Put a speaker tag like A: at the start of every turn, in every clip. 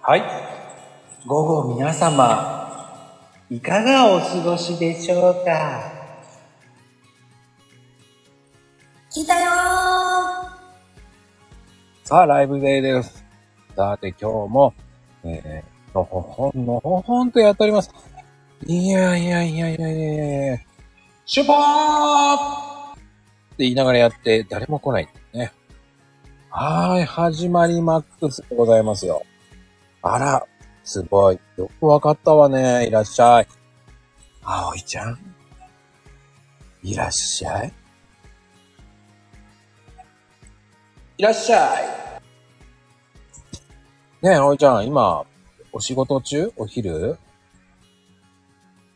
A: はい。午後皆様、いかがお過ごしでしょうか
B: 聞いたよ
C: さあ、ライブデーです。さて、今日も、えー、のほほん、のほほんとやっております。いやいやいやいやいやいやいやシュポーって言いながらやって、誰も来ないってね。はーい、始まりマックスでございますよ。あら、すごい。よくわかったわね。いらっしゃい。あおいちゃん。いらっしゃい。いらっしゃい。ねえ、葵ちゃん、今、お仕事中お昼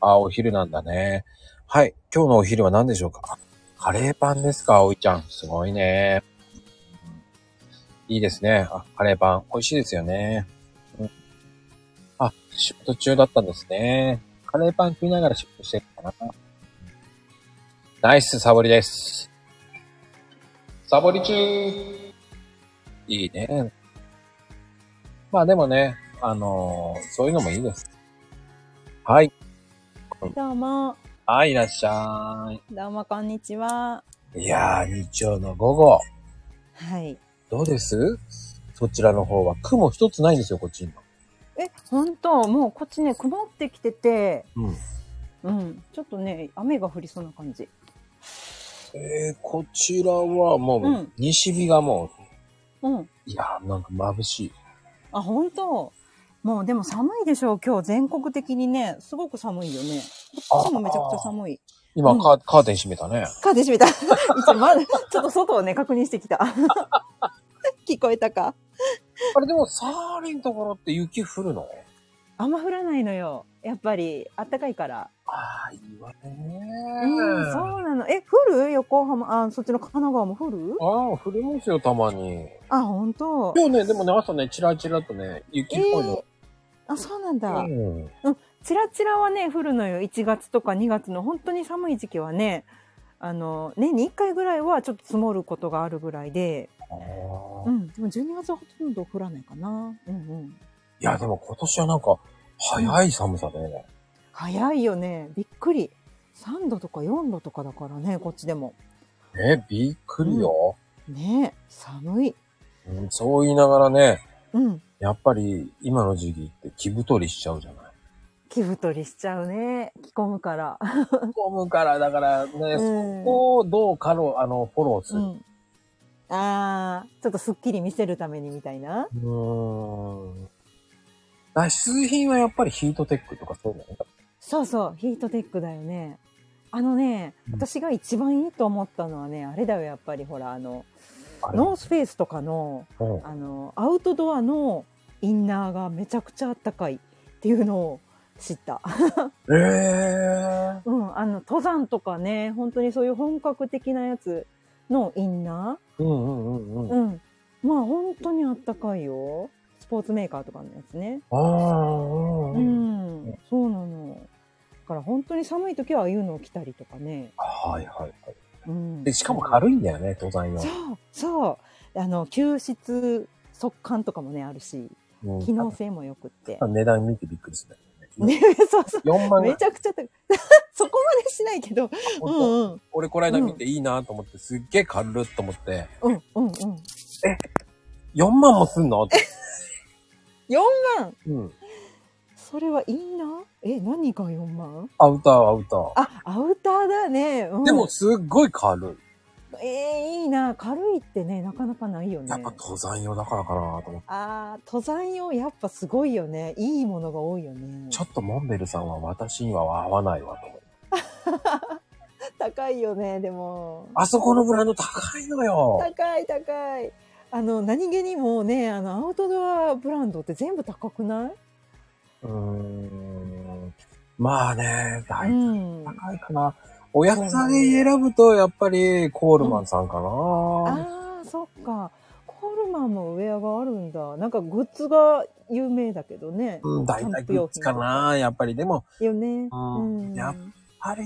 C: あ、お昼なんだね。はい。今日のお昼は何でしょうかカレーパンですか、葵ちゃん。すごいね。いいですね。あ、カレーパン。美味しいですよね。うん、あ、仕事中だったんですね。カレーパン食いながら仕事してるのかな。ナイス、サボりです。サボり中いいね。まあでもね、あのーそういうのもいいです。はい。
D: どうも、
C: はい、いらっしゃ
D: どうもこんにちは。
C: い。いやー、日曜の午後。
D: はい。
C: どうですそちらの方は。雲一つないんですよ、こっちには。
D: え、本当もうこっちね、曇ってきてて、
C: うん。
D: うん、ちょっとね、雨が降りそうな感じ。
C: えー、こちらはもう、
D: うん
C: 西日がも
D: うん。
C: う、いやー、なんか眩しい。
D: あ、本当もうでも寒いでしょう、今日全国的にね、すごく寒いよね。こっちもめちゃくちゃ寒い。
C: 今、
D: うん
C: カーカーテン閉めたね。
D: カーテン閉めた。一応まだ、ちょっと外をね、確認して きた。聞こえたか
C: あれ、でも、サーリンところって雪降るの
D: あんま降らないのよ。やっぱり、あったかいから。
C: ああ、いいわね
D: うん、
C: ー。
D: そうなの。え、降る横浜、あ、そっちの神奈川も降る
C: ああ、降りますよ、たまに。
D: あ、本当
C: 今日ね、でもね、朝ね、チラチラとね、雪っぽいの。
D: あ、そうなんだ。
C: うん。
D: チラチラはね、降るのよ。1月とか2月の本当に寒い時期はね、あの、年に1回ぐらいはちょっと積もることがあるぐらいで、
C: あー
D: うん、でも12月はほとんど降らないかな。うんうん。
C: いや、でも今年はなんか、早い寒さだよね。
D: 早いよね。びっくり。3度とか4度とかだからね、こっちでも。
C: え、びっくりよ、
D: ねえ、寒い。
C: うんそう言いながらね、
D: うん。
C: やっぱり今の時期って気太りしちゃうじゃない。
D: 気太りしちゃうね。着込むから。
C: ゴムから、だからね、
D: うん
C: そこをどうかろあの、フォローす
D: う
C: る。
D: ん。あー、ちょっとスッキリ見せるためにみたいな。
C: うーん。脱出品はやっぱりヒートテックとかそうだよね。
D: そうそう、ヒートテックだよね。あのね、
C: うん
D: 私が一番いいと思ったのはね、あれだよ、やっぱりほら、あの、
C: あれ
D: ノースフェイスとかの、
C: うん
D: あの、アウトドアのインナーがめちゃくちゃあったかいっていうのを知った。
C: え
D: うん、あの、登山とかね、本当にそういう本格的なやつのインナ
C: ー。うんうんうん
D: ー
C: うん。
D: うん。まあ、本当にあったかいよ。スポーツメーカーとかのやつね。
C: あー
D: う
C: うんうん。
D: ん、そうなの。だから本当に寒い時はああいうのを着たりとかね。
C: はいはいはい。
D: うん、
C: で、しかも軽いんだよね、登山用
D: そ。うそうあの吸湿速乾とかもねあるし
C: うん
D: 機能性もよくって、
C: 値段見てびっくりするんだよね。
D: ね、そうそう
C: 4万円
D: めちゃくちゃ高い そこまでしないけどう
C: 本当
D: んうん
C: 俺この間見ていいなと思って、すっげえ軽っと思って、
D: うんうんうん
C: 4万もすんの って。
D: 4万
C: うん。
D: それはいいなえ何が4万
C: アウター、アウター。
D: あアウターだね、うん、
C: でもすっごい軽い。
D: えー、いいな軽いってねなかなかないよね
C: やっぱ登山用だからかなと思って。
D: あー登山用やっぱすごいよねいいものが多いよね
C: ちょっとモンベルさんは私には合わないわと思って。
D: 高いよねでも
C: あそこのブランド高いのよ。
D: 高い高いあの何気にもねあのアウトドアブランドって全部高くないう
C: ーん。まあね、だいうぶ
D: ん
C: 高いかな。お野菜選ぶと、やっぱり、コールマンさんかな。
D: あーそっかコールマンもウェアがあるんだなんかグッズが有名だけどね
C: うん、大体グッズかな、やっぱり。でも、
D: よね
C: うん
D: うん
C: やっやっぱり、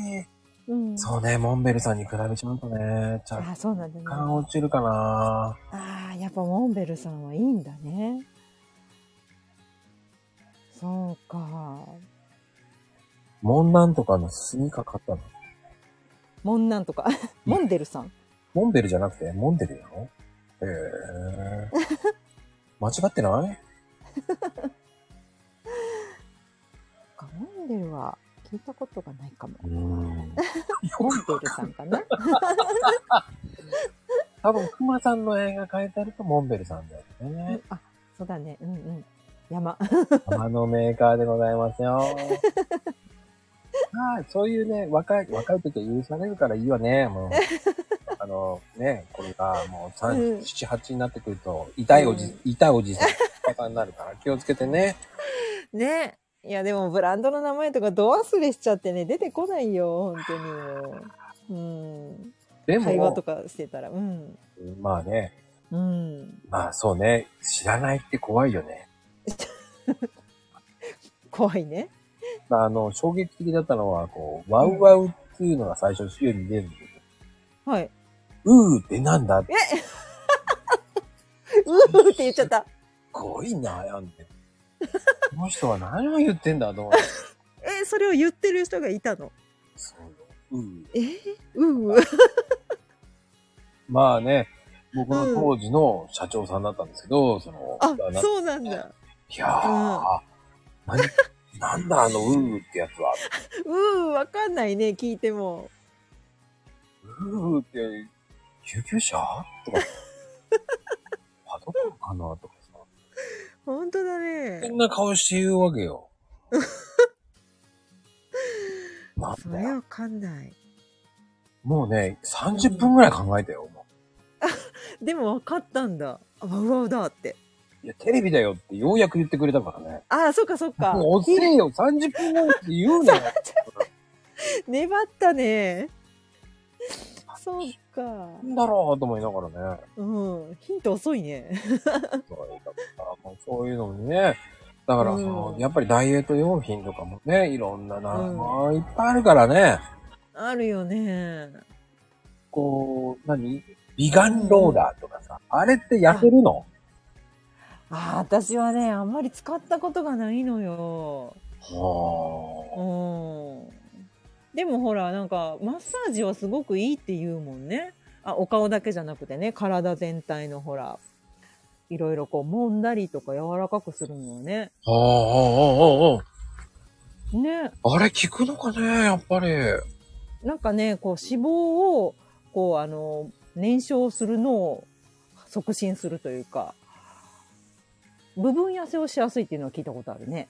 D: うん
C: そうね、モンベルさんに比べちゃうとね、
D: あ
C: 若
D: ーそうなんだね
C: 干落ちるかな。
D: あーやっぱモンベルさんはいいんだねそうか。
C: モンナンとかのスニーカー買ったの。
D: モンなんとか。モンデルさん。
C: モンベルじゃなくて、モンデルなのへえ。 間違ってない
D: かモンデルは聞いたことがないかも。
C: うーん。
D: モンデルさんかな。
C: 多分、クマさんの映画変えてあるとモンベルさんだよ ね。
D: あ、そうだね。うんうん。山。
C: 山のメーカーでございますよ。はい、そういうね、若い、若い時は許されるからいいわね、 もう。あの、ね、これがもう
D: うん
C: 3、7、8になってくると、痛いおじ、
D: う
C: 痛いおじさん、おばさんになるから気をつけて ね。
D: ね。いや、でもブランドの名前とかど忘れしちゃってね、出てこないよ、本当にもう。うん。
C: で
D: 会話と
C: も、
D: かしてたら、うん。
C: まあね、
D: うん。
C: まあそうね、知らないって怖いよね。
D: 怖いね。
C: まああの、衝撃的だったのは、こう、ワウワウっていうのが最初、世に出るんだけど、
D: はい。
C: うーってなんだって、
D: うーって言っちゃった。
C: すごい悩んで。この人は何を言ってんだと思って。
D: え、それを言ってる人がいたの。
C: そうよ。うん。
D: えうー。
C: まあね、僕の当時の社長さんだったんですけど、その、
D: あ
C: な、い
D: そうなんだ。
C: やー、ななんだあの、うーってやつは。
D: うー、わかんないね、聞いても。
C: うーって、救急車とか、パトカーかなとかさ。
D: 本当だね
C: こ。んな顔して言うわけ よ。なん
D: そ
C: だ
D: れ
C: よ。
D: わかんない。
C: もうね、30分ぐらい考えたよ、も
D: でもわかったんだ。あワウワウだって。
C: う。いや、テレビだよってようやく言ってくれたからね。
D: ああ、そっかそっか。
C: もう遅えよ、30分後って言うなよ。
D: 粘ったね。そうか。
C: なんだろうと思いながらね。
D: うん。ヒント遅いね。
C: そうだからもうそういうのにね。だからその、
D: うん
C: やっぱりダイエット用品とかもね、いろんなな、
D: うん
C: まあいっぱいあるからね。
D: あるよね。
C: こう、何ビガンローラーとかさ、あれって痩せるの
D: ああ、私はね、あんまり使ったことがないのよ。う
C: は
D: ん。でもほら、なんか、マッサージはすごくいいって言うもんね。あ、お顔だけじゃなくてね、体全体のほら、いろいろこう、揉んだりとか柔らかくするのよね。
C: あ。はあ、ああ、あ
D: ね。
C: あ、あれ効くのかね、やっぱり。
D: なんかね、こう脂肪を、こうあの、燃焼するのを促進するというか、部分痩せをしやすいっていうのは聞いたことあるね。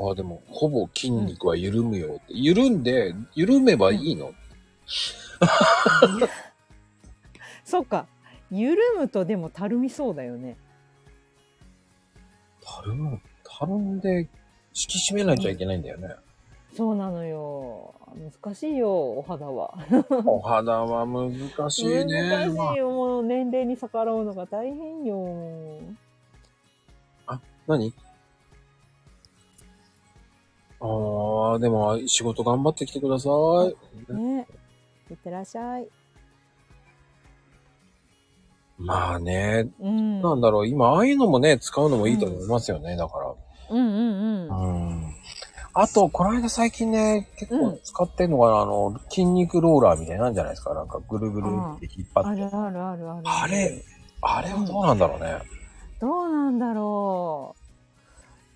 C: ああ、でも、ほぼ筋肉は緩むよって。緩んで、緩めばいいの、
D: そうか。緩むとでもたるみそうだよね。
C: たるむ、たるんで、引き締めないといけないんだよ ね。
D: そうなのよ。難しいよ、お肌は。
C: お肌は難しいね。
D: 難しいよ、もう年齢に逆らうのが大変よ。
C: 何ああ、でも仕事頑張ってきてください。
D: ね。いってらっしゃい。
C: まあね、
D: うん。う
C: なんんだろう、今ああいうのもね、使うのもいいと思いますよね、だか
D: うんう
C: ら。
D: ん。
C: うん。あと、この間最近ね、結
D: う
C: 構
D: ん
C: 使ってんのかな、あの、筋肉ローラーみたいなんじゃないですか、なんかぐるぐるって引っ張
D: あ
C: って。
D: るあるあるある。
C: あれ、あれはどうなんだろうね。
D: どうなんだろ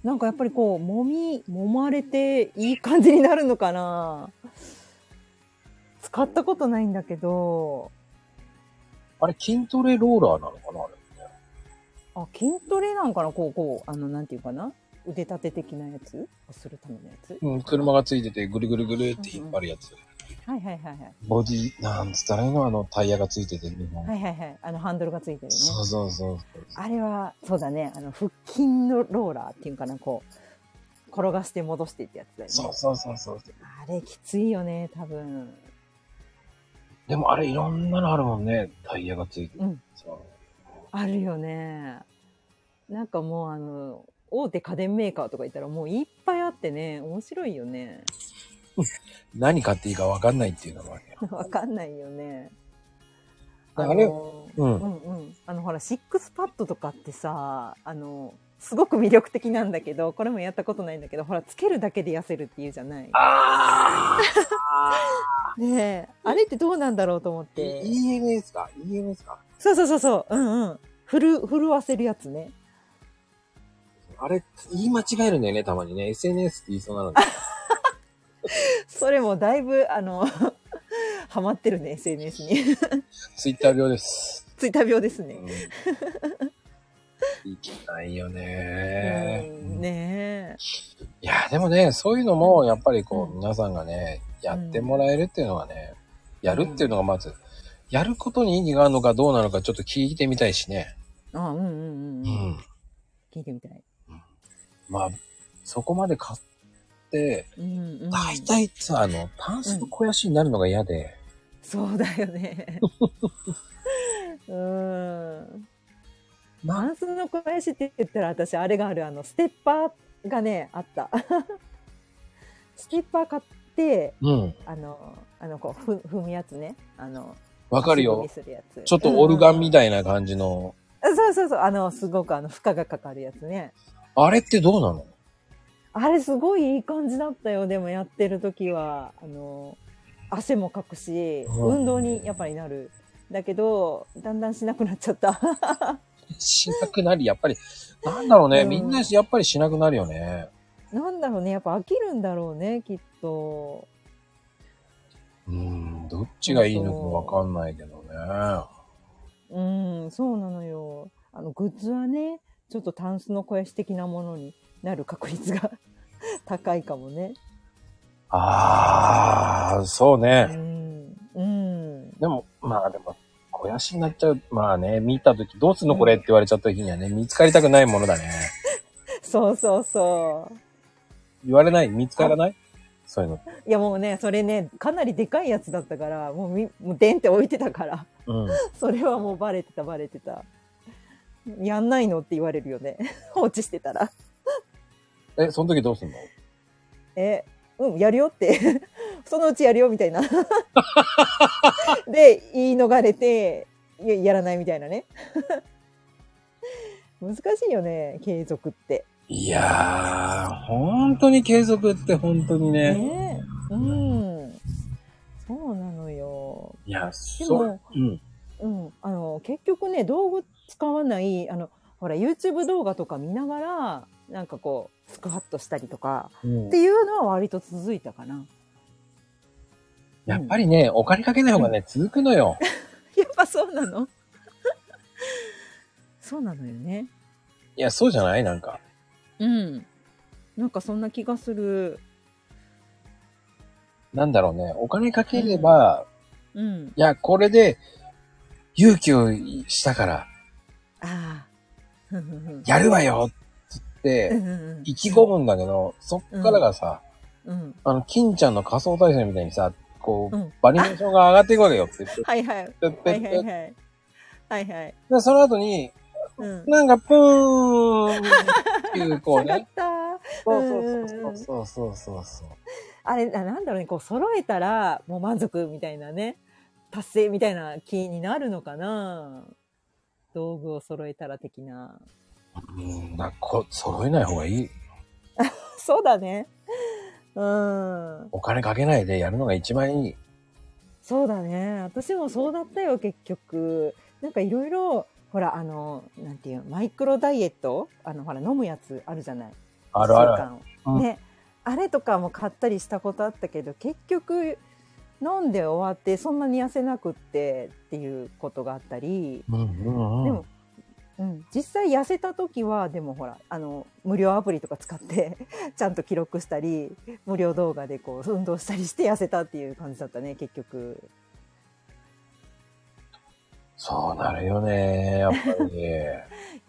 D: う。なんかやっぱりこう、揉み、揉まれていい感じになるのかな。使ったことないんだけど、
C: あれ、筋トレローラーなのかな、あれ。
D: あ、筋トレなんかなこう、こう、あの、なんていうかな腕立て的なやつをするためのやつ
C: うん、車がついててぐるぐるぐるって引っ張るやつ。
D: はいはいはいはい。
C: ボディ、なんつったらいいのあの、タイヤがついてて、日本。
D: はいはいはい。あの、ハンドルがついてるね。
C: そうそうそうそう。
D: あれは、そうだね。あの、腹筋のローラーっていうかな、こう、転がして戻してってやつだよね。
C: そうそうそうそう。
D: あれきついよね、多分。
C: でもあれいろんなのあるもんね。タイヤがついてる。
D: うん
C: そう
D: あるよね。なんかもうあの、大手家電メーカーとかいたらもういっぱいあってね、面白いよね。
C: 何買っていいかわかんないっていうのもあるよ。
D: わかんないよね。
C: あれ
D: の
C: う
D: うんうん。あのほら、シックスパッドとかってさ、あの、すごく魅力的なんだけど、これもやったことないんだけど、ほら、つけるだけで痩せるっていうじゃない。
C: あ
D: ねえ、あれってどうなんだろうと思っ
C: ー
D: て。
C: !EMS か ?EMS か
D: そうそうそうそう、うんうん。ふる、震わせるやつね。
C: あれ、言い間違えるんだよね、たまにね。SNS って言いそうな のに。
D: それもだいぶ、あの、 ハマってるね、SNS に。
C: Twitter 病です。
D: ツイッター病です
C: う
D: ね。
C: ん いけないよ
D: ね
C: ね。
D: ねえ。
C: いや、でもね、そういうのも、やっぱりこう、
D: うん
C: 皆さんがね、やってもらえるっていうのがね、やるっていうのがまず、やることに意義があるのかどうなのかちょっと聞いてみたいしね。
D: あうんうんうん。うん、聞いてみたい。
C: まあ、そこまで買って、
D: うんうん、
C: 大体さ、あの、パンスの肥やしになるのが嫌で、
D: そうだよね。 うん。
C: な
D: マンスの小林って言ったら私あれがあるあのステッパーがねあった ステッパー買って
C: うん、
D: あのあのこうふ踏むやつねあの
C: わかる
D: 足踏み
C: よ。
D: するやつ
C: ちょっとオルガンみ
D: い、
C: たいな感じの、
D: うんそうそうそうあのすごくあの負荷がかかるやつね
C: あれってどうなの
D: あれすごいいい感じだったよでもやってる時はあの汗もかくし
C: うん
D: 運動にやっぱりなるだけどだんだんしなくなっちゃった
C: しなくなり、やっぱり、なんだろうね、
D: うん
C: みんなやっぱりしなくなるよね。
D: なんだろうねやっぱ飽きるんだろうねきっと
C: うん、どっちがいいのかわかんないけどね。
D: うん、そうなのよ。あの、グッズはね、ちょっとタンスの肥やし的なものになる確率が 高いかもね。
C: ああ、そう
D: う
C: ね。
D: ん、うん。
C: でも、まあでも、肥やしになっちゃう。まあね、見たとき、どうすんのこれって言われちゃった時にはね、見つかりたくないものだね。
D: そうそうそ
C: 言われない見つからないそういうの。
D: う。いやもうね、それね、かなりでかいやつだったから、もうみ、もうデンって置いてたから、
C: うん。
D: それはもうバレてたバレてた。やんないのって言われるよね。放置してたら。
C: え、その時どうすんの
D: え、うん、やるよって、そのうちやるよみたいな。で、言い逃れて、いややらないみたいなね。難しいよね、継続って。
C: いやー、本当に継続って本当にね。
D: ねえうん。そうなのよ。
C: いや、
D: で
C: そう
D: も。、
C: うん。
D: うん、あの結局ね道具使わないあのほら YouTube 動画とか見ながらなんかこうスクワットしたりとか
C: うん
D: っていうのは割と続いたかな。
C: やっぱりね、お金かけない方がね、続くのよ。
D: やっぱそうなの そうなのよね。
C: いや、そうじゃないなんか。
D: うん。なんかそんな気がする。
C: なんだろうね。お金かければ、
D: うん。
C: いや、これで、勇気をしたから、
D: ああ。うん うん
C: やるわよって
D: う
C: 言って、
D: ん。
C: 意気込むんだけど、そっからがさ、
D: うん。
C: あの、金ちゃんの仮想対戦みたいにさ、こう、
D: うん
C: バリエーションが上がっていくわけよ。ペッペッ
D: はいはい。
C: ペッペ
D: は
C: ッ
D: い
C: ペ
D: は
C: ッ
D: いはい。はいはい。
C: で、その後に、
D: うん。
C: なんか、プーンっていう、こう
D: 下がっ
C: ね。
D: た。
C: そうそうそうそうそうそう。
D: あれ、ななんだろうね、こう揃えたらもう満足みたいなね、達成みたいな気になるのかな。道具を揃えたら的な。
C: うん、だこ揃えない方がいい。
D: そうだね。うん。
C: お金かけないでやるのが一番いい。
D: そうだね。私もそうだったよ、結局。なんかいろいろ、ほら、あの、なんていうの、マイクロダイエットあの、ほら、飲むやつあるじゃない。
C: あるある。
D: る。
C: うん
D: ね。あれとかも買ったりしたことあったけど、結局、飲んで終わって、そんなに痩せなくってっていうことがあったり、
C: うんうん
D: で
C: うん
D: も。うん、実際痩せた時はでもほらあの無料アプリとか使って ちゃんと記録したり無料動画でこう運動したりして痩せたっていう感じだったね結局
C: そうなるよね、やっぱり。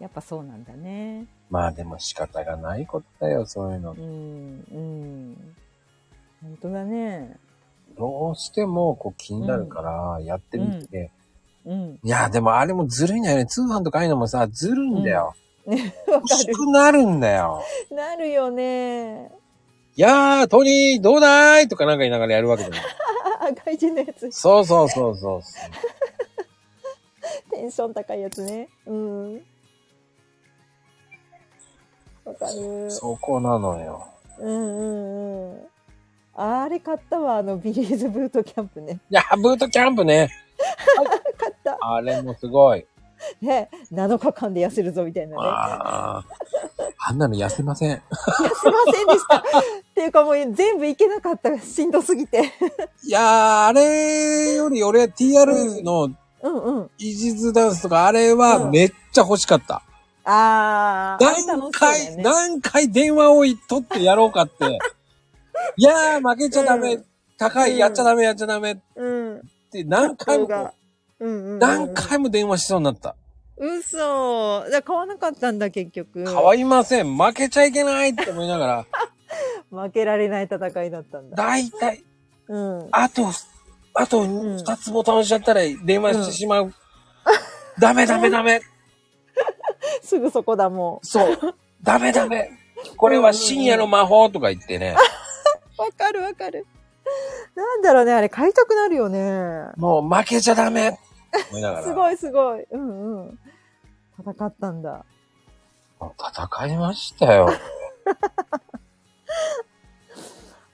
D: やっぱそうなんだね
C: まあでも仕方がないことだよ、そういうの
D: う。んうん本当だね
C: どうしてもこう気になるからやってみて。
D: うん
C: いや、でもあれもずるいんだよね。通販とかああいうのもさ、ずるいんだよ。
D: わ
C: 欲
D: か
C: しくなるんだよ。
D: るなるよね
C: いやー、トニー、どうだいとかなんか言いながらやるわけじゃない。
D: あ外人のやつ
C: そうそうそうそうそう。
D: テンション高いやつねうんわかる。
C: そこなのよ。
D: うんうんうん。あれ買ったわ、あのビリーズブートキャンプね。
C: いや、ブートキャンプね。
D: 買った。
C: あれもすごい。
D: ね、7日間で痩せるぞみたいなね。
C: ああ。あんなの痩せません。
D: いやすいませんでした。 っていうかもう全部いけなかった。しんどすぎて。
C: いやー、あれより俺 TR の
D: うんうん。
C: イージーズダンスとか、あれはめっちゃ欲しかった。
D: あー。あれ
C: 何
D: 楽しそうだ
C: 回、
D: よね
C: 何回電話をい取ってやろうか って。いやー、負けちゃダメ。
D: うん
C: 高
D: う
C: い、
D: ん
C: やっちゃダメ、やっちゃダメっ
D: うん。
C: て何回
D: 動
C: も、
D: 画。うんうん。
C: 何回も電話しそうになった。
D: 嘘。じゃあ買わなかったんだ、結局。
C: 変わりません。負けちゃいけないって思いなが ら、
D: 負けられない戦いだったんだ。
C: だいたい、
D: うん。
C: あと、あと
D: ん
C: 2つボタン押しちゃったら電話してしま う。ダメダメダメ。
D: すぐそこだ、も
C: そう。ダメダメ。これは深夜の魔法とか言って ね。
D: う。わかるわかる。なんだろうね、あれ買いたくなるよね。
C: もう負けちゃダメ。思いながら。
D: すごいすごい。うんうん。戦ったんだ。
C: 戦いましたよ。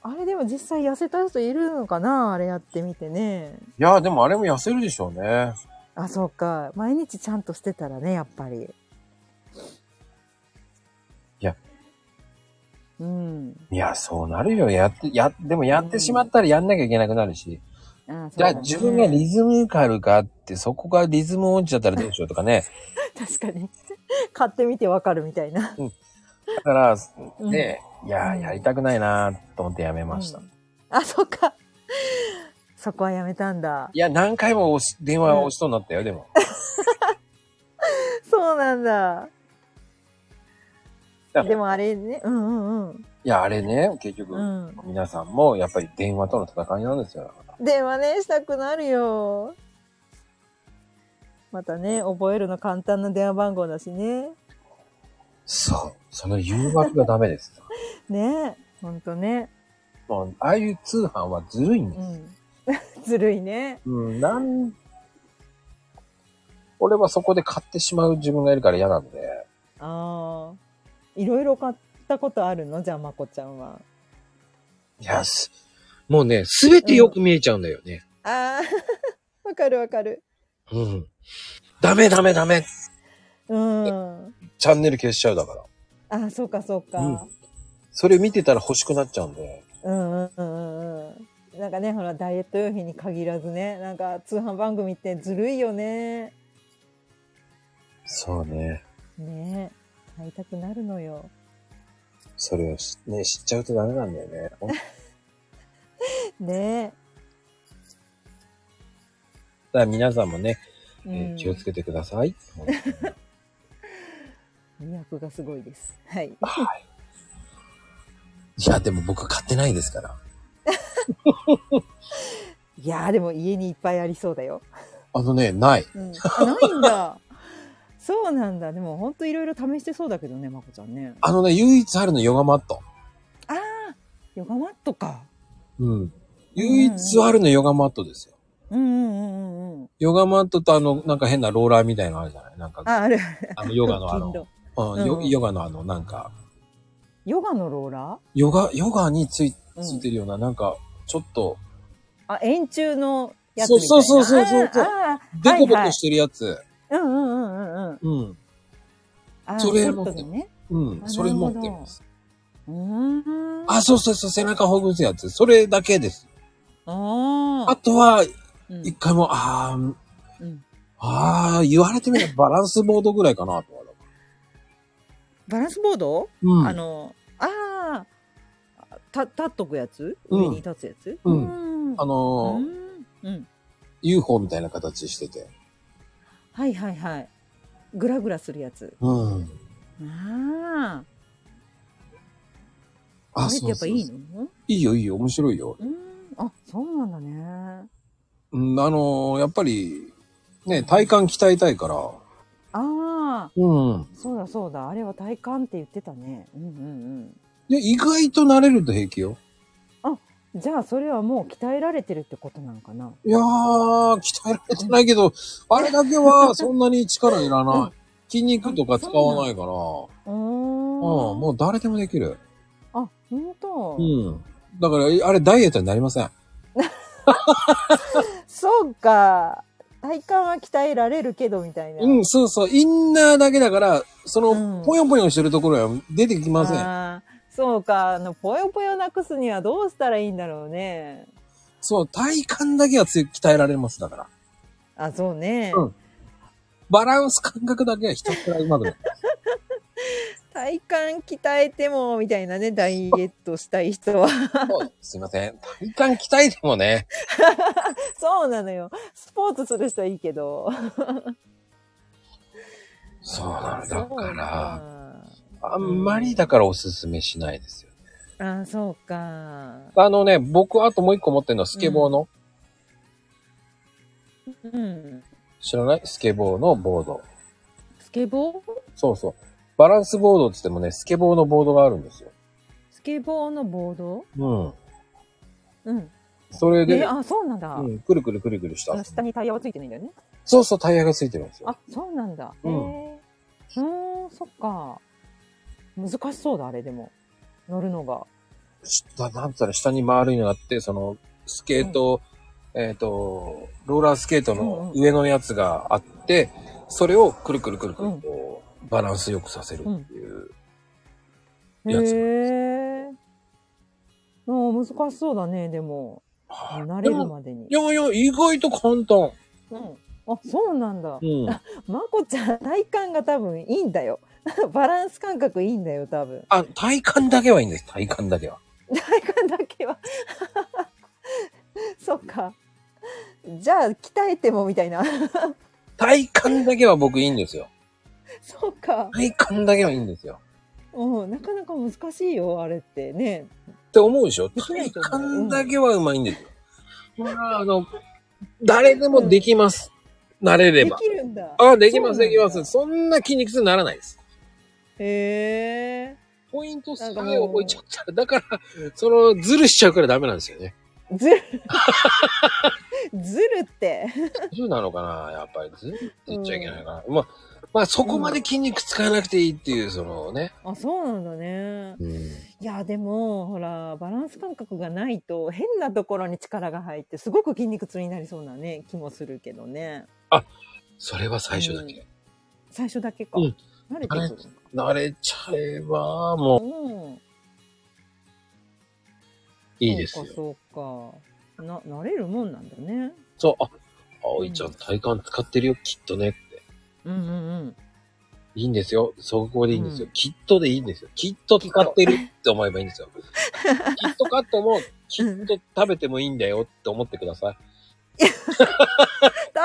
D: あれでも実際痩せた人いるのかなあれやってみてね。
C: いや、でもあれも痩せるでしょうね。
D: あ、そうか。毎日ちゃんとしてたらね、やっぱり。
C: いや。
D: うん。
C: いや、そうなるよ。やって、や、でもやってしまったらやんなきゃいけなくなるし。
D: あそう
C: じゃ
D: だ
C: あ
D: ね
C: 自分がリズムカルかって、そこがリズム落ちちゃったらどうしようとかね。
D: 確かに。買ってみてわかるみたいな。
C: だから、
D: うん
C: ね、いや、やりたくないなと思ってやめました。
D: う
C: い
D: んあ、そうか。そこはやめたんだ。
C: や、何回も押し電話を押しそうになったよ、でも。
D: そうなんだ。
C: だ
D: でもあれね、うんうんうん。
C: いや、あれね、結局、
D: うん
C: 皆さんもやっぱり電話との戦いなんですよ。
D: 電話ね、したくなるよ。またね、覚えるの簡単な電話番号だしね。
C: そう。その誘惑がダメ です。
D: ねほんとね。
C: もう、ああいう通販はずるいんです
D: う。ん。 ずるいね。
C: うん、なん、俺はそこで買ってしまう自分がいるから嫌なんで、
D: ああ。いろいろ買ったことあるのじゃあ、まこちゃんは。
C: いや、す、もうね、すべてよく見えちゃうんだよね。
D: ああ、 わかるわかる。
C: うん。ダメダメダメ
D: うん。あ
C: チャンネル消しちゃうだから。
D: あ、そうかそうか。
C: うんそれ見てたら欲しくなっちゃうんで。
D: うんうんうんうん。なんかね、ほら、ダイエット用品に限らずね、なんか通販番組ってずるいよね。
C: そうね。
D: ねえ、買いたくなるのよ。
C: それをしね、知っちゃうとダメなんだよね。ほんだか
D: ね
C: ら皆さんもね、
D: え。
C: えー
D: うん
C: 気をつけてください。
D: 魅力がすごいです。はい。
C: はい。いや、でも僕買ってないですから。
D: いやーでも家にいっぱいありそうだよ。
C: あのね、ない。
D: うん、あないんだ。そうなんだ。でもほんといろいろ試してそうだけどね、まこちゃんね。
C: あのね、唯一あるのヨガマット。
D: ああヨガマットか。
C: うん。唯一あるのヨガマットですよ。
D: うんうんうんうんうん。
C: ヨガマットとあの、なんか変なローラーみたいなのあるじゃないなんか、
D: あ、ある。
C: あのヨガのあの
D: 腹
C: う
D: 筋、
C: んヨ
D: うん
C: ヨガのあの、なんか、
D: ヨガのローラ
C: ヨガ、ヨガについ、
D: うん
C: ついてるような、なんか、ちょっと、
D: ーあ、円柱のやつみたいな。
C: そうそうそうそうそう
D: あー
C: デコボ
D: はいは
C: コ
D: い
C: してるやつ。
D: うんうんうんうんうん。
C: うん。
D: あー
C: それ
D: セ
C: 持
D: ッ
C: って
D: トでね。
C: うん。
D: あ
C: それ持って
D: なるほど
C: ます。
D: うーん。
C: あ、そうそうそう、背中ほぐすやつ。それだけです。
D: あー
C: あとは、
D: うん
C: 一回も、あー、
D: うん
C: あー、言われてみればバランスボードぐらいかな、とは。
D: バランスボード
C: うん。
D: あの、ああ、た、立っとくやつ
C: うん
D: 上に立つやつ。
C: うんあのー
D: うんうん。
C: UFO みたいな形してて。
D: はいはいはい。グラグラするやつ。
C: うん。
D: ああ。
C: あ
D: あれってやっぱいい
C: そうそうそう
D: の
C: いいよ、いいよ、面白いよ。
D: うん。あ、そうなんだね。
C: うん、あのーやっぱり、ね、体幹鍛えたいから。
D: ああ、
C: うん。
D: そうだそうだ。あれは体感って言ってたね。うんうん
C: で、意外と慣れると平気よ。
D: うん。じゃあそれはもう鍛えられてるってことなのかない
C: やー、鍛えられてないけ ど、あれだけはそんなに力いらない。筋肉とか使わないから。
D: うー
C: う
D: ん。
C: ん、もう誰でもできる。
D: あ、本当、
C: うん。だから、あれダイエットになりません。
D: そうか。体幹は鍛えられるけど、みたいな。
C: うん、そうそう。インナーだけだから、そ
D: うん
C: の、ぽよぽよしてるところは出てきません。
D: あーそうか。あの、ぽよぽよなくすにはどうしたらいいんだろうね。
C: そう、体幹だけはつ鍛えられます、だから。
D: あ、そうね。
C: うんバランス感覚だけはひたすらうまくなる。
D: 体幹鍛えても、みたいなね、ダイエットしたい人は。
C: そうすいません。体幹鍛えてもね。
D: そうなのよ。スポーツする人はいいけど。
C: そうなんだから、
D: ら。
C: あんまりだからおすすめしないですよ。
D: あ、そうか。
C: あのね、僕、あともう一個持ってるのはスケボーの、
D: うん。
C: 知らないスケボーのボード。
D: スケボー
C: そうそう。バランスボードって言ってもね、スケボーのボードがあるんですよ。
D: スケボーのボード
C: うん。
D: うん。
C: それ
D: え、
C: で、
D: あ、そうなんだ。
C: うん、くるくるくるくるした。
D: 下にタイヤはついてないんだよね。
C: そうそう、タイヤがついてるんですよ
D: あ。、そうなんだ。
C: うん
D: へえ。うーん、そっか。難しそうだ、あれでも。乗るのが。
C: 下、なんつったら下に丸いのがあって、その、スケート、えっ、と、ローラースケートの
D: うんうん
C: 上のやつがあって、それをくるくるくるくるこう、バランスよくさせるっていう。
D: へ
C: やつなんです
D: え。うん、難しそうだね、でも。慣れるまでに
C: い。やいや、意外と簡単。
D: うん。あ、そうなんだ。
C: うん。
D: まこちゃん、体感が多分いいんだよ。 バランス感覚いいんだよ、多分。
C: あ、体感だけはいいんです、体感だけは。
D: 体感だけは。 そっか。じゃあ、鍛えてもみたいな。
C: 体感だけは僕いいんですよ。
D: そうか。
C: 体感だけはいいんですよ。
D: うん、なかなか難しいよ、あれってね。
C: って思うでしょ
D: できな
C: 体
D: いと思う
C: 感だけはうまいんですよ。まあ、あの、誰でもできます。慣れれ
D: で
C: ば。
D: きるんだ。
C: あ、できます、
D: そ
C: で
D: うなん
C: き
D: だ
C: ます。そんな筋肉痛にならないです。
D: へえ。
C: ポイントさ
D: なんか
C: え
D: もう
C: 覚えちゃったら、だから、その、ズルしちゃうからダメなんですよね。
D: ずる。ずるって。
C: ズルなのかなやっぱり、ズルって言っちゃいけないかな。まあ、まあ、そこまで筋肉使わなくていいっていう、そのね。
D: あ、そうなんだね。
C: うん。
D: いや、でも、ほら、バランス感覚がないと、変なところに力が入って、すごく筋肉痛になりそうなね、気もするけどね。
C: それは最初だけ。
D: 最初だけか。
C: うん
D: 慣れてくるのか。
C: 慣れちゃえば、もう、
D: うん。
C: いいですよ。
D: そうか、そうか。な、慣れるもんなんだね。
C: そう、あ、葵ちゃん体幹使ってるよ、きっとねって。
D: うんうんうん。
C: いいんですよ。そこでいいんですよ。
D: うん
C: きっとでいいんですよ。きっと使ってるって思えばいいんですよ。 きっとカットも、きっと食べてもいいんだよって思ってください。
D: 食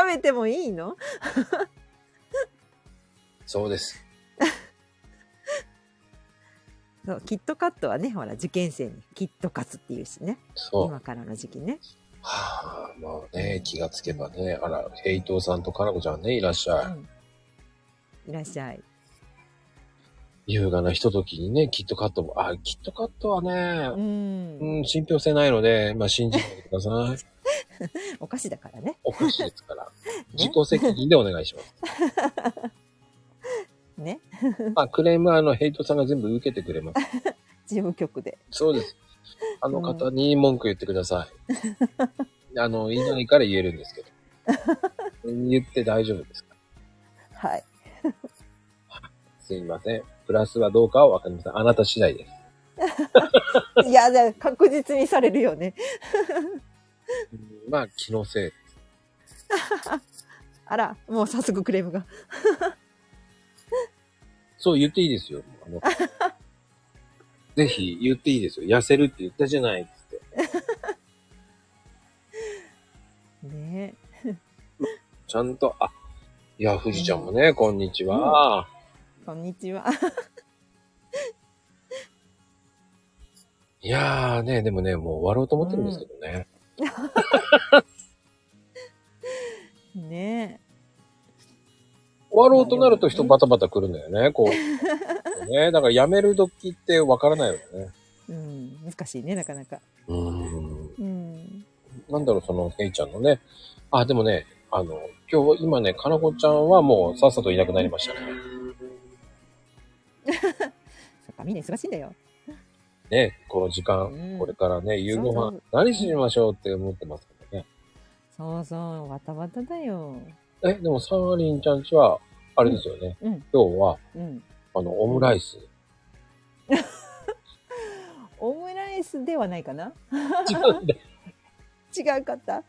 D: べてもいいの
C: そうです。
D: そう、キットカットはね、ほら、受験生にキットカツっていうしね。
C: そう。
D: 今からの時期ね。
C: はあ、まあね、気がつけばね、あら、ヘイトさんとかなこちゃんね、いらっしゃい。
D: いらっしゃい。
C: 優雅なひとときにね、キットカットも、あ、キットカットはね、
D: ん
C: うん、信憑性ないので、まあ信じてくださ い。
D: お菓子だからね。
C: おかしいですから。自己責任でお願いします。
D: ね。
C: まあ、クレームはあの、ヘイトさんが全部受けてくれます。
D: 事務局で。
C: そうです。あの方に文句言ってください。あの、言いないから言えるんですけど。言って大丈夫ですか
D: はい。
C: すいません。プラスはどうかはわかりません。あなた次第です。
D: いや、じゃあ確実にされるよね。
C: うんまあ、気のせい。
D: あら、もう早速クレームが。
C: そう言っていいですよ。あのぜひ言っていいですよ。痩せるって言ったじゃないっつって。
D: ね
C: ちゃんと、あ、いや、富士ちゃんもね、こんにちは。
D: こんにちは。
C: いやーね、でもね、もう終わろうと思ってるんですけどね。
D: ね
C: 終わろうとなると人バタバタ来るんだよね、こう。ね、だからやめる時ってわからないよね。
D: うん、難しいね、なかなか。
C: うん。
D: うん。
C: なんだろう、その、ヘイちゃんのね。あ、でもね、あの、今日、今ね、かなこちゃんはもうさっさといなくなりましたね。
D: そっみんな忙しいんだよ。
C: ね、この時間、
D: うん
C: これからね、夕ご
D: そう
C: 飯
D: そう
C: 何しましょうって思ってますけどね。
D: そうそう、わたわただよ。
C: え、でもサーリンちゃんちは、あれですよね。
D: うん、
C: 今日は、
D: うん。
C: あの、オムライス。
D: オムライスではないかな
C: 違うんだ。
D: 違うかった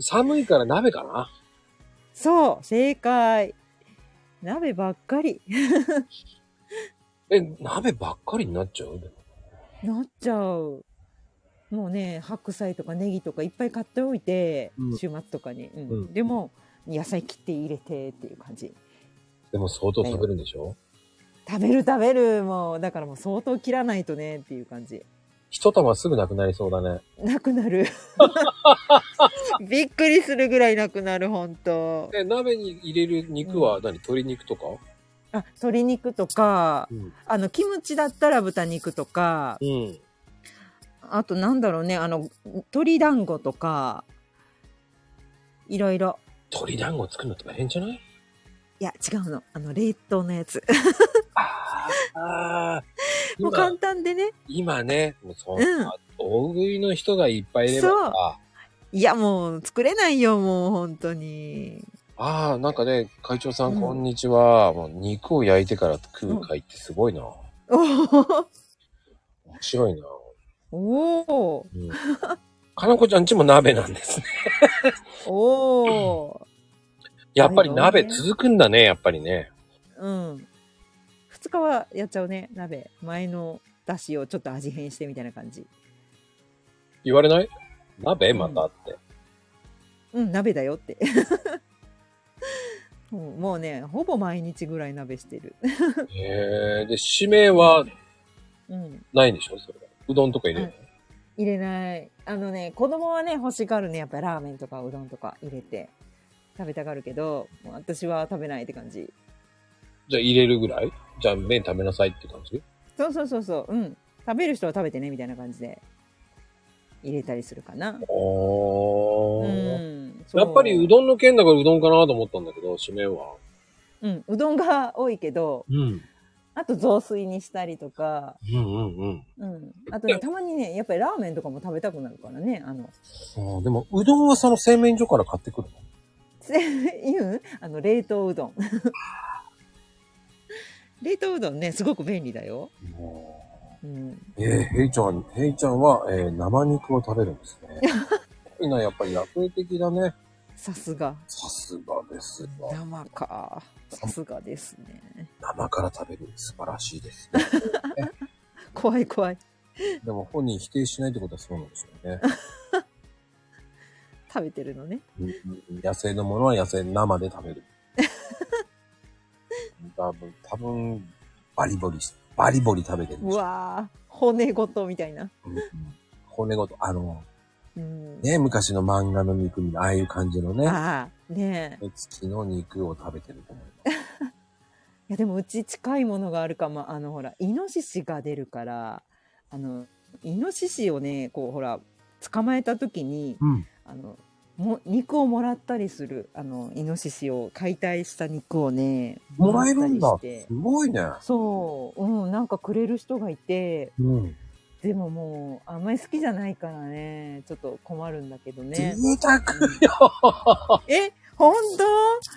C: 寒いから鍋かな
D: そう、正解。鍋ばっかり。
C: え、鍋ばっかりになっちゃうでも
D: なっちゃう。もうね、白菜とかネギとかいっぱい買っておいて、
C: うん
D: 週末とかに、うん
C: うん
D: でも、野菜切って入れてっていう感じ。
C: でも相当食べるんでしょ
D: 食べる食べる、もう、だからもう相当切らないとねっていう感じ。
C: 一玉すぐなくなりそうだね。
D: なくな る。びっくりするぐらいなくなる、ほんと。
C: え、鍋に入れる肉は何、鶏肉とか
D: あ、鶏肉とか、
C: うん。
D: あの、キムチだったら豚肉とか、
C: うん。
D: あとなんだろうね、あの、鶏団子とか、いろいろ。
C: 鶏団子作るの大変じゃない
D: いや、違うの。あの、冷凍のやつ。
C: ああ。
D: も
C: 今
D: う簡、単でね。
C: 今ね、もうそん
D: うん
C: な、大食いの人がいっぱいいれば
D: そう
C: さ、
D: いや、もう作れないよ、もう本当に。
C: ああ、なんかね、会長さん、
D: うん
C: こんにちは。もう肉を焼いてから食う会ってすごいな。
D: おー
C: 面白いな。
D: おー
C: うん、かなこちゃんちも鍋なんですね。
D: おー
C: やっぱり鍋
D: なるほどね
C: 続くんだね、やっぱりね。
D: うん。2日はやっちゃうね、鍋。前の出汁をちょっと味変してみたいな感じ。
C: 言われない鍋またって。
D: うん、鍋だよって。 うんもうね、ほぼ毎日ぐらい鍋してる。
C: へえ。で、締めは
D: うん。
C: ないんでしょそれはうどんとか入れる
D: 入れないあのね子供はね欲しがるねやっぱラーメンとかうどんとか入れて食べたがるけどもう私は食べないって感じ
C: じゃあ入れるぐらいじゃあ麺食べなさいって感じ
D: そうそうそうそううん食べる人は食べてねみたいな感じで入れたりするかなう
C: おー。
D: んそう
C: やっぱりうどんの件だからうどんかなと思ったんだけど、締めは。
D: うんうどんが多いけど
C: うん。
D: あと雑炊にしたりとか
C: うんうんうん。
D: うんあとねたまにねやっぱりラーメンとかも食べたくなるからねあの
C: あ あ、でも、うどんはその製麺所から買ってくるの
D: せ言うあの冷凍うどん 冷凍うどんねすごく便利だようん
C: ええへいちゃん、へいちゃんは、えー生肉を食べるんですね。みんなやっぱり野生的だね。
D: さすが。
C: さすがですが。
D: 生か。さすがですね。
C: 生から食べる。素晴らしいです ね。
D: 怖い怖い。
C: でも本人否定しないってことはそうなんですよね。
D: 食べてるのね。
C: うん野生のものは野生、生で食べる。 多分、多分、バリボリ、バリボリ食べてるんで
D: う
C: しょ
D: わー骨ごとみたいな。
C: うんうん骨ごと、あの、
D: うん。
C: ね、昔の漫画の肉みたいな、ああいう感じのね。
D: ああ、ねえ。
C: 骨付きの肉を食べてると思います。
D: いやでもうち近いものがあるかも。あのほら、イノシシが出るから、あの、イノシシをね、こうほら、捕まえた時に、
C: うん。
D: あの、も肉をもらったりするあのイノシシを解体した肉をね
C: もらえるん
D: も
C: だ。
D: ったりして
C: すごいね。
D: そう、うん、なんかくれる人がいて
C: うん。
D: でももう、あんまり好きじゃないからね、ちょっと困るんだけど
C: 贅
D: ね。
C: 沢よ。
D: え、ほんと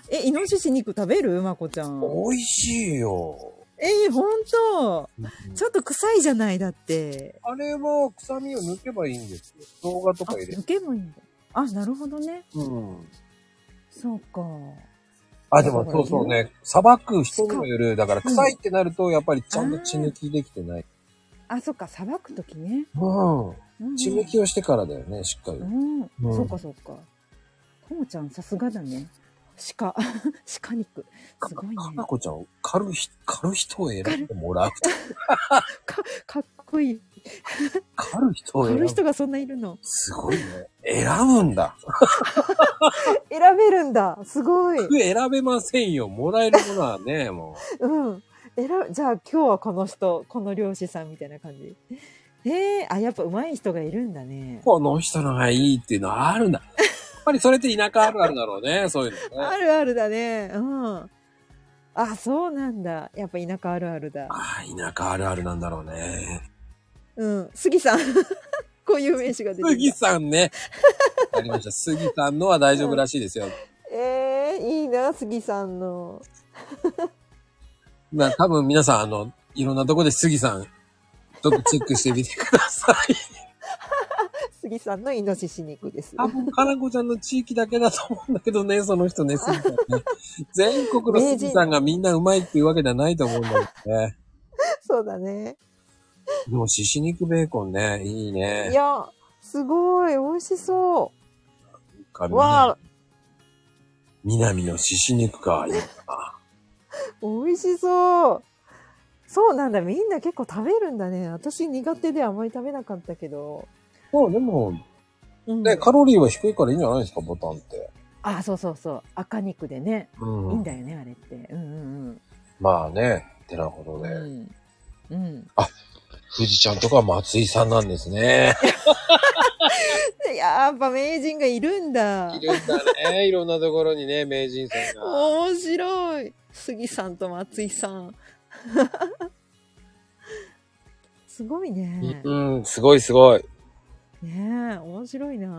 D: え、イノシシ肉食べるまこちゃん。
C: 美味しいよ。
D: え、ほんとち
C: あ
D: ょっと臭いじゃないだって。
C: れは臭みを抜けばいいんですよ。動画と
D: あ、
C: か入れる
D: 抜。けばいいんだ。あ、なるほどね。
C: うん。
D: そうか。
C: あ、でもそうそうね。砂漠人にもよる。だから
D: うん
C: 臭いってなると、やっぱりちゃんと血抜きできてない。
D: あ、そっか、さばくときね。
C: うん。
D: うん
C: 血抜きをしてからだよね、しっかり
D: う。ん。
C: うん
D: そうか、そうか。ともちゃん、さすがだね。鹿、 鹿肉。すごいね。
C: かなこちゃん、狩るひ、狩る人を選んでもらう。
D: かかっこいい。
C: 狩る人を
D: 買
C: 選ぶ
D: う。人がそんないるの。
C: すごいね。選ぶんだ。
D: 選べるんだ。すごい。
C: 選べませんよ。もらえるものはね、も
D: うん。選ぶじゃあ今日はこの人、この漁師さんみたいな感じ。へえ、あ、やっぱ上手い人がいるんだね
C: う。。この人のがいいっていうのはあるんだ。やっぱりそれって田舎あるあるだろうね、そういうのね。
D: あるあるだね。うん。あ、あ、そうなんだ。やっぱ田舎あるあるだ。
C: ああ、田舎あるあるなんだろうね。
D: うん。杉さん。 こういう名詞が出て
C: 杉
D: きた。
C: さんね。わかりました。杉さんのは大丈夫らしいですよ。
D: えー、いいな、杉さんの。
C: まあ、多分皆さん、あの、いろんなとこで杉さん、ちょっとチェックしてみてくださ い。
D: 杉さんのイノシシ肉です。
C: 多分、かなこちゃんの地域だけだと思うんだけどね、その人ね、杉さんね。全国の杉さんがみんなうまいっていうわけではないと思うんだけどね。
D: そうだね。
C: でも、獅子肉ベーコンね、いい
D: い
C: ね。
D: や、すごい、美味しそ
C: か
D: う。わあ、
C: 南の獅子肉か。いいな
D: 美味しそう。そうなんだ、みんな結構食べるんだね。私苦手であまり食べなかったけど。
C: そう、でも、
D: うん
C: ね、カロリーは低いからいいんじゃないですか、ボタンって。
D: あ、そうそうそう。赤肉でね。
C: うん
D: いいんだよね、あれって。うんうん
C: まあね、てなこと
D: うん。
C: で。
D: うん。うん。
C: 富士ちゃんとか松井さんなんですね。
D: やっぱ名人がいるんだ。
C: いるんだね。いろんなところにね、名人さんが。
D: 面白い。杉さんと松井さん。 すごいね。
C: うん、すごいすごい。
D: ねえ、面白いな。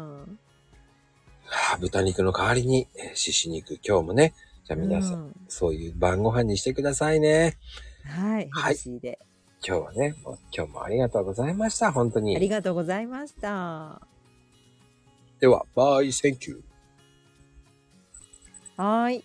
C: はあ豚肉の代わりに、えー獅子肉、今日もね。じゃあ皆さん、
D: うん
C: そういう晩ご飯にしてくださいね。
D: はい、
C: はい
D: ヘルシーで。
C: 今日はね、もう今日もありがとうございました、本当
D: あり
C: に。
D: がとうございました。
C: では、バイ、センキュー。
D: はーい。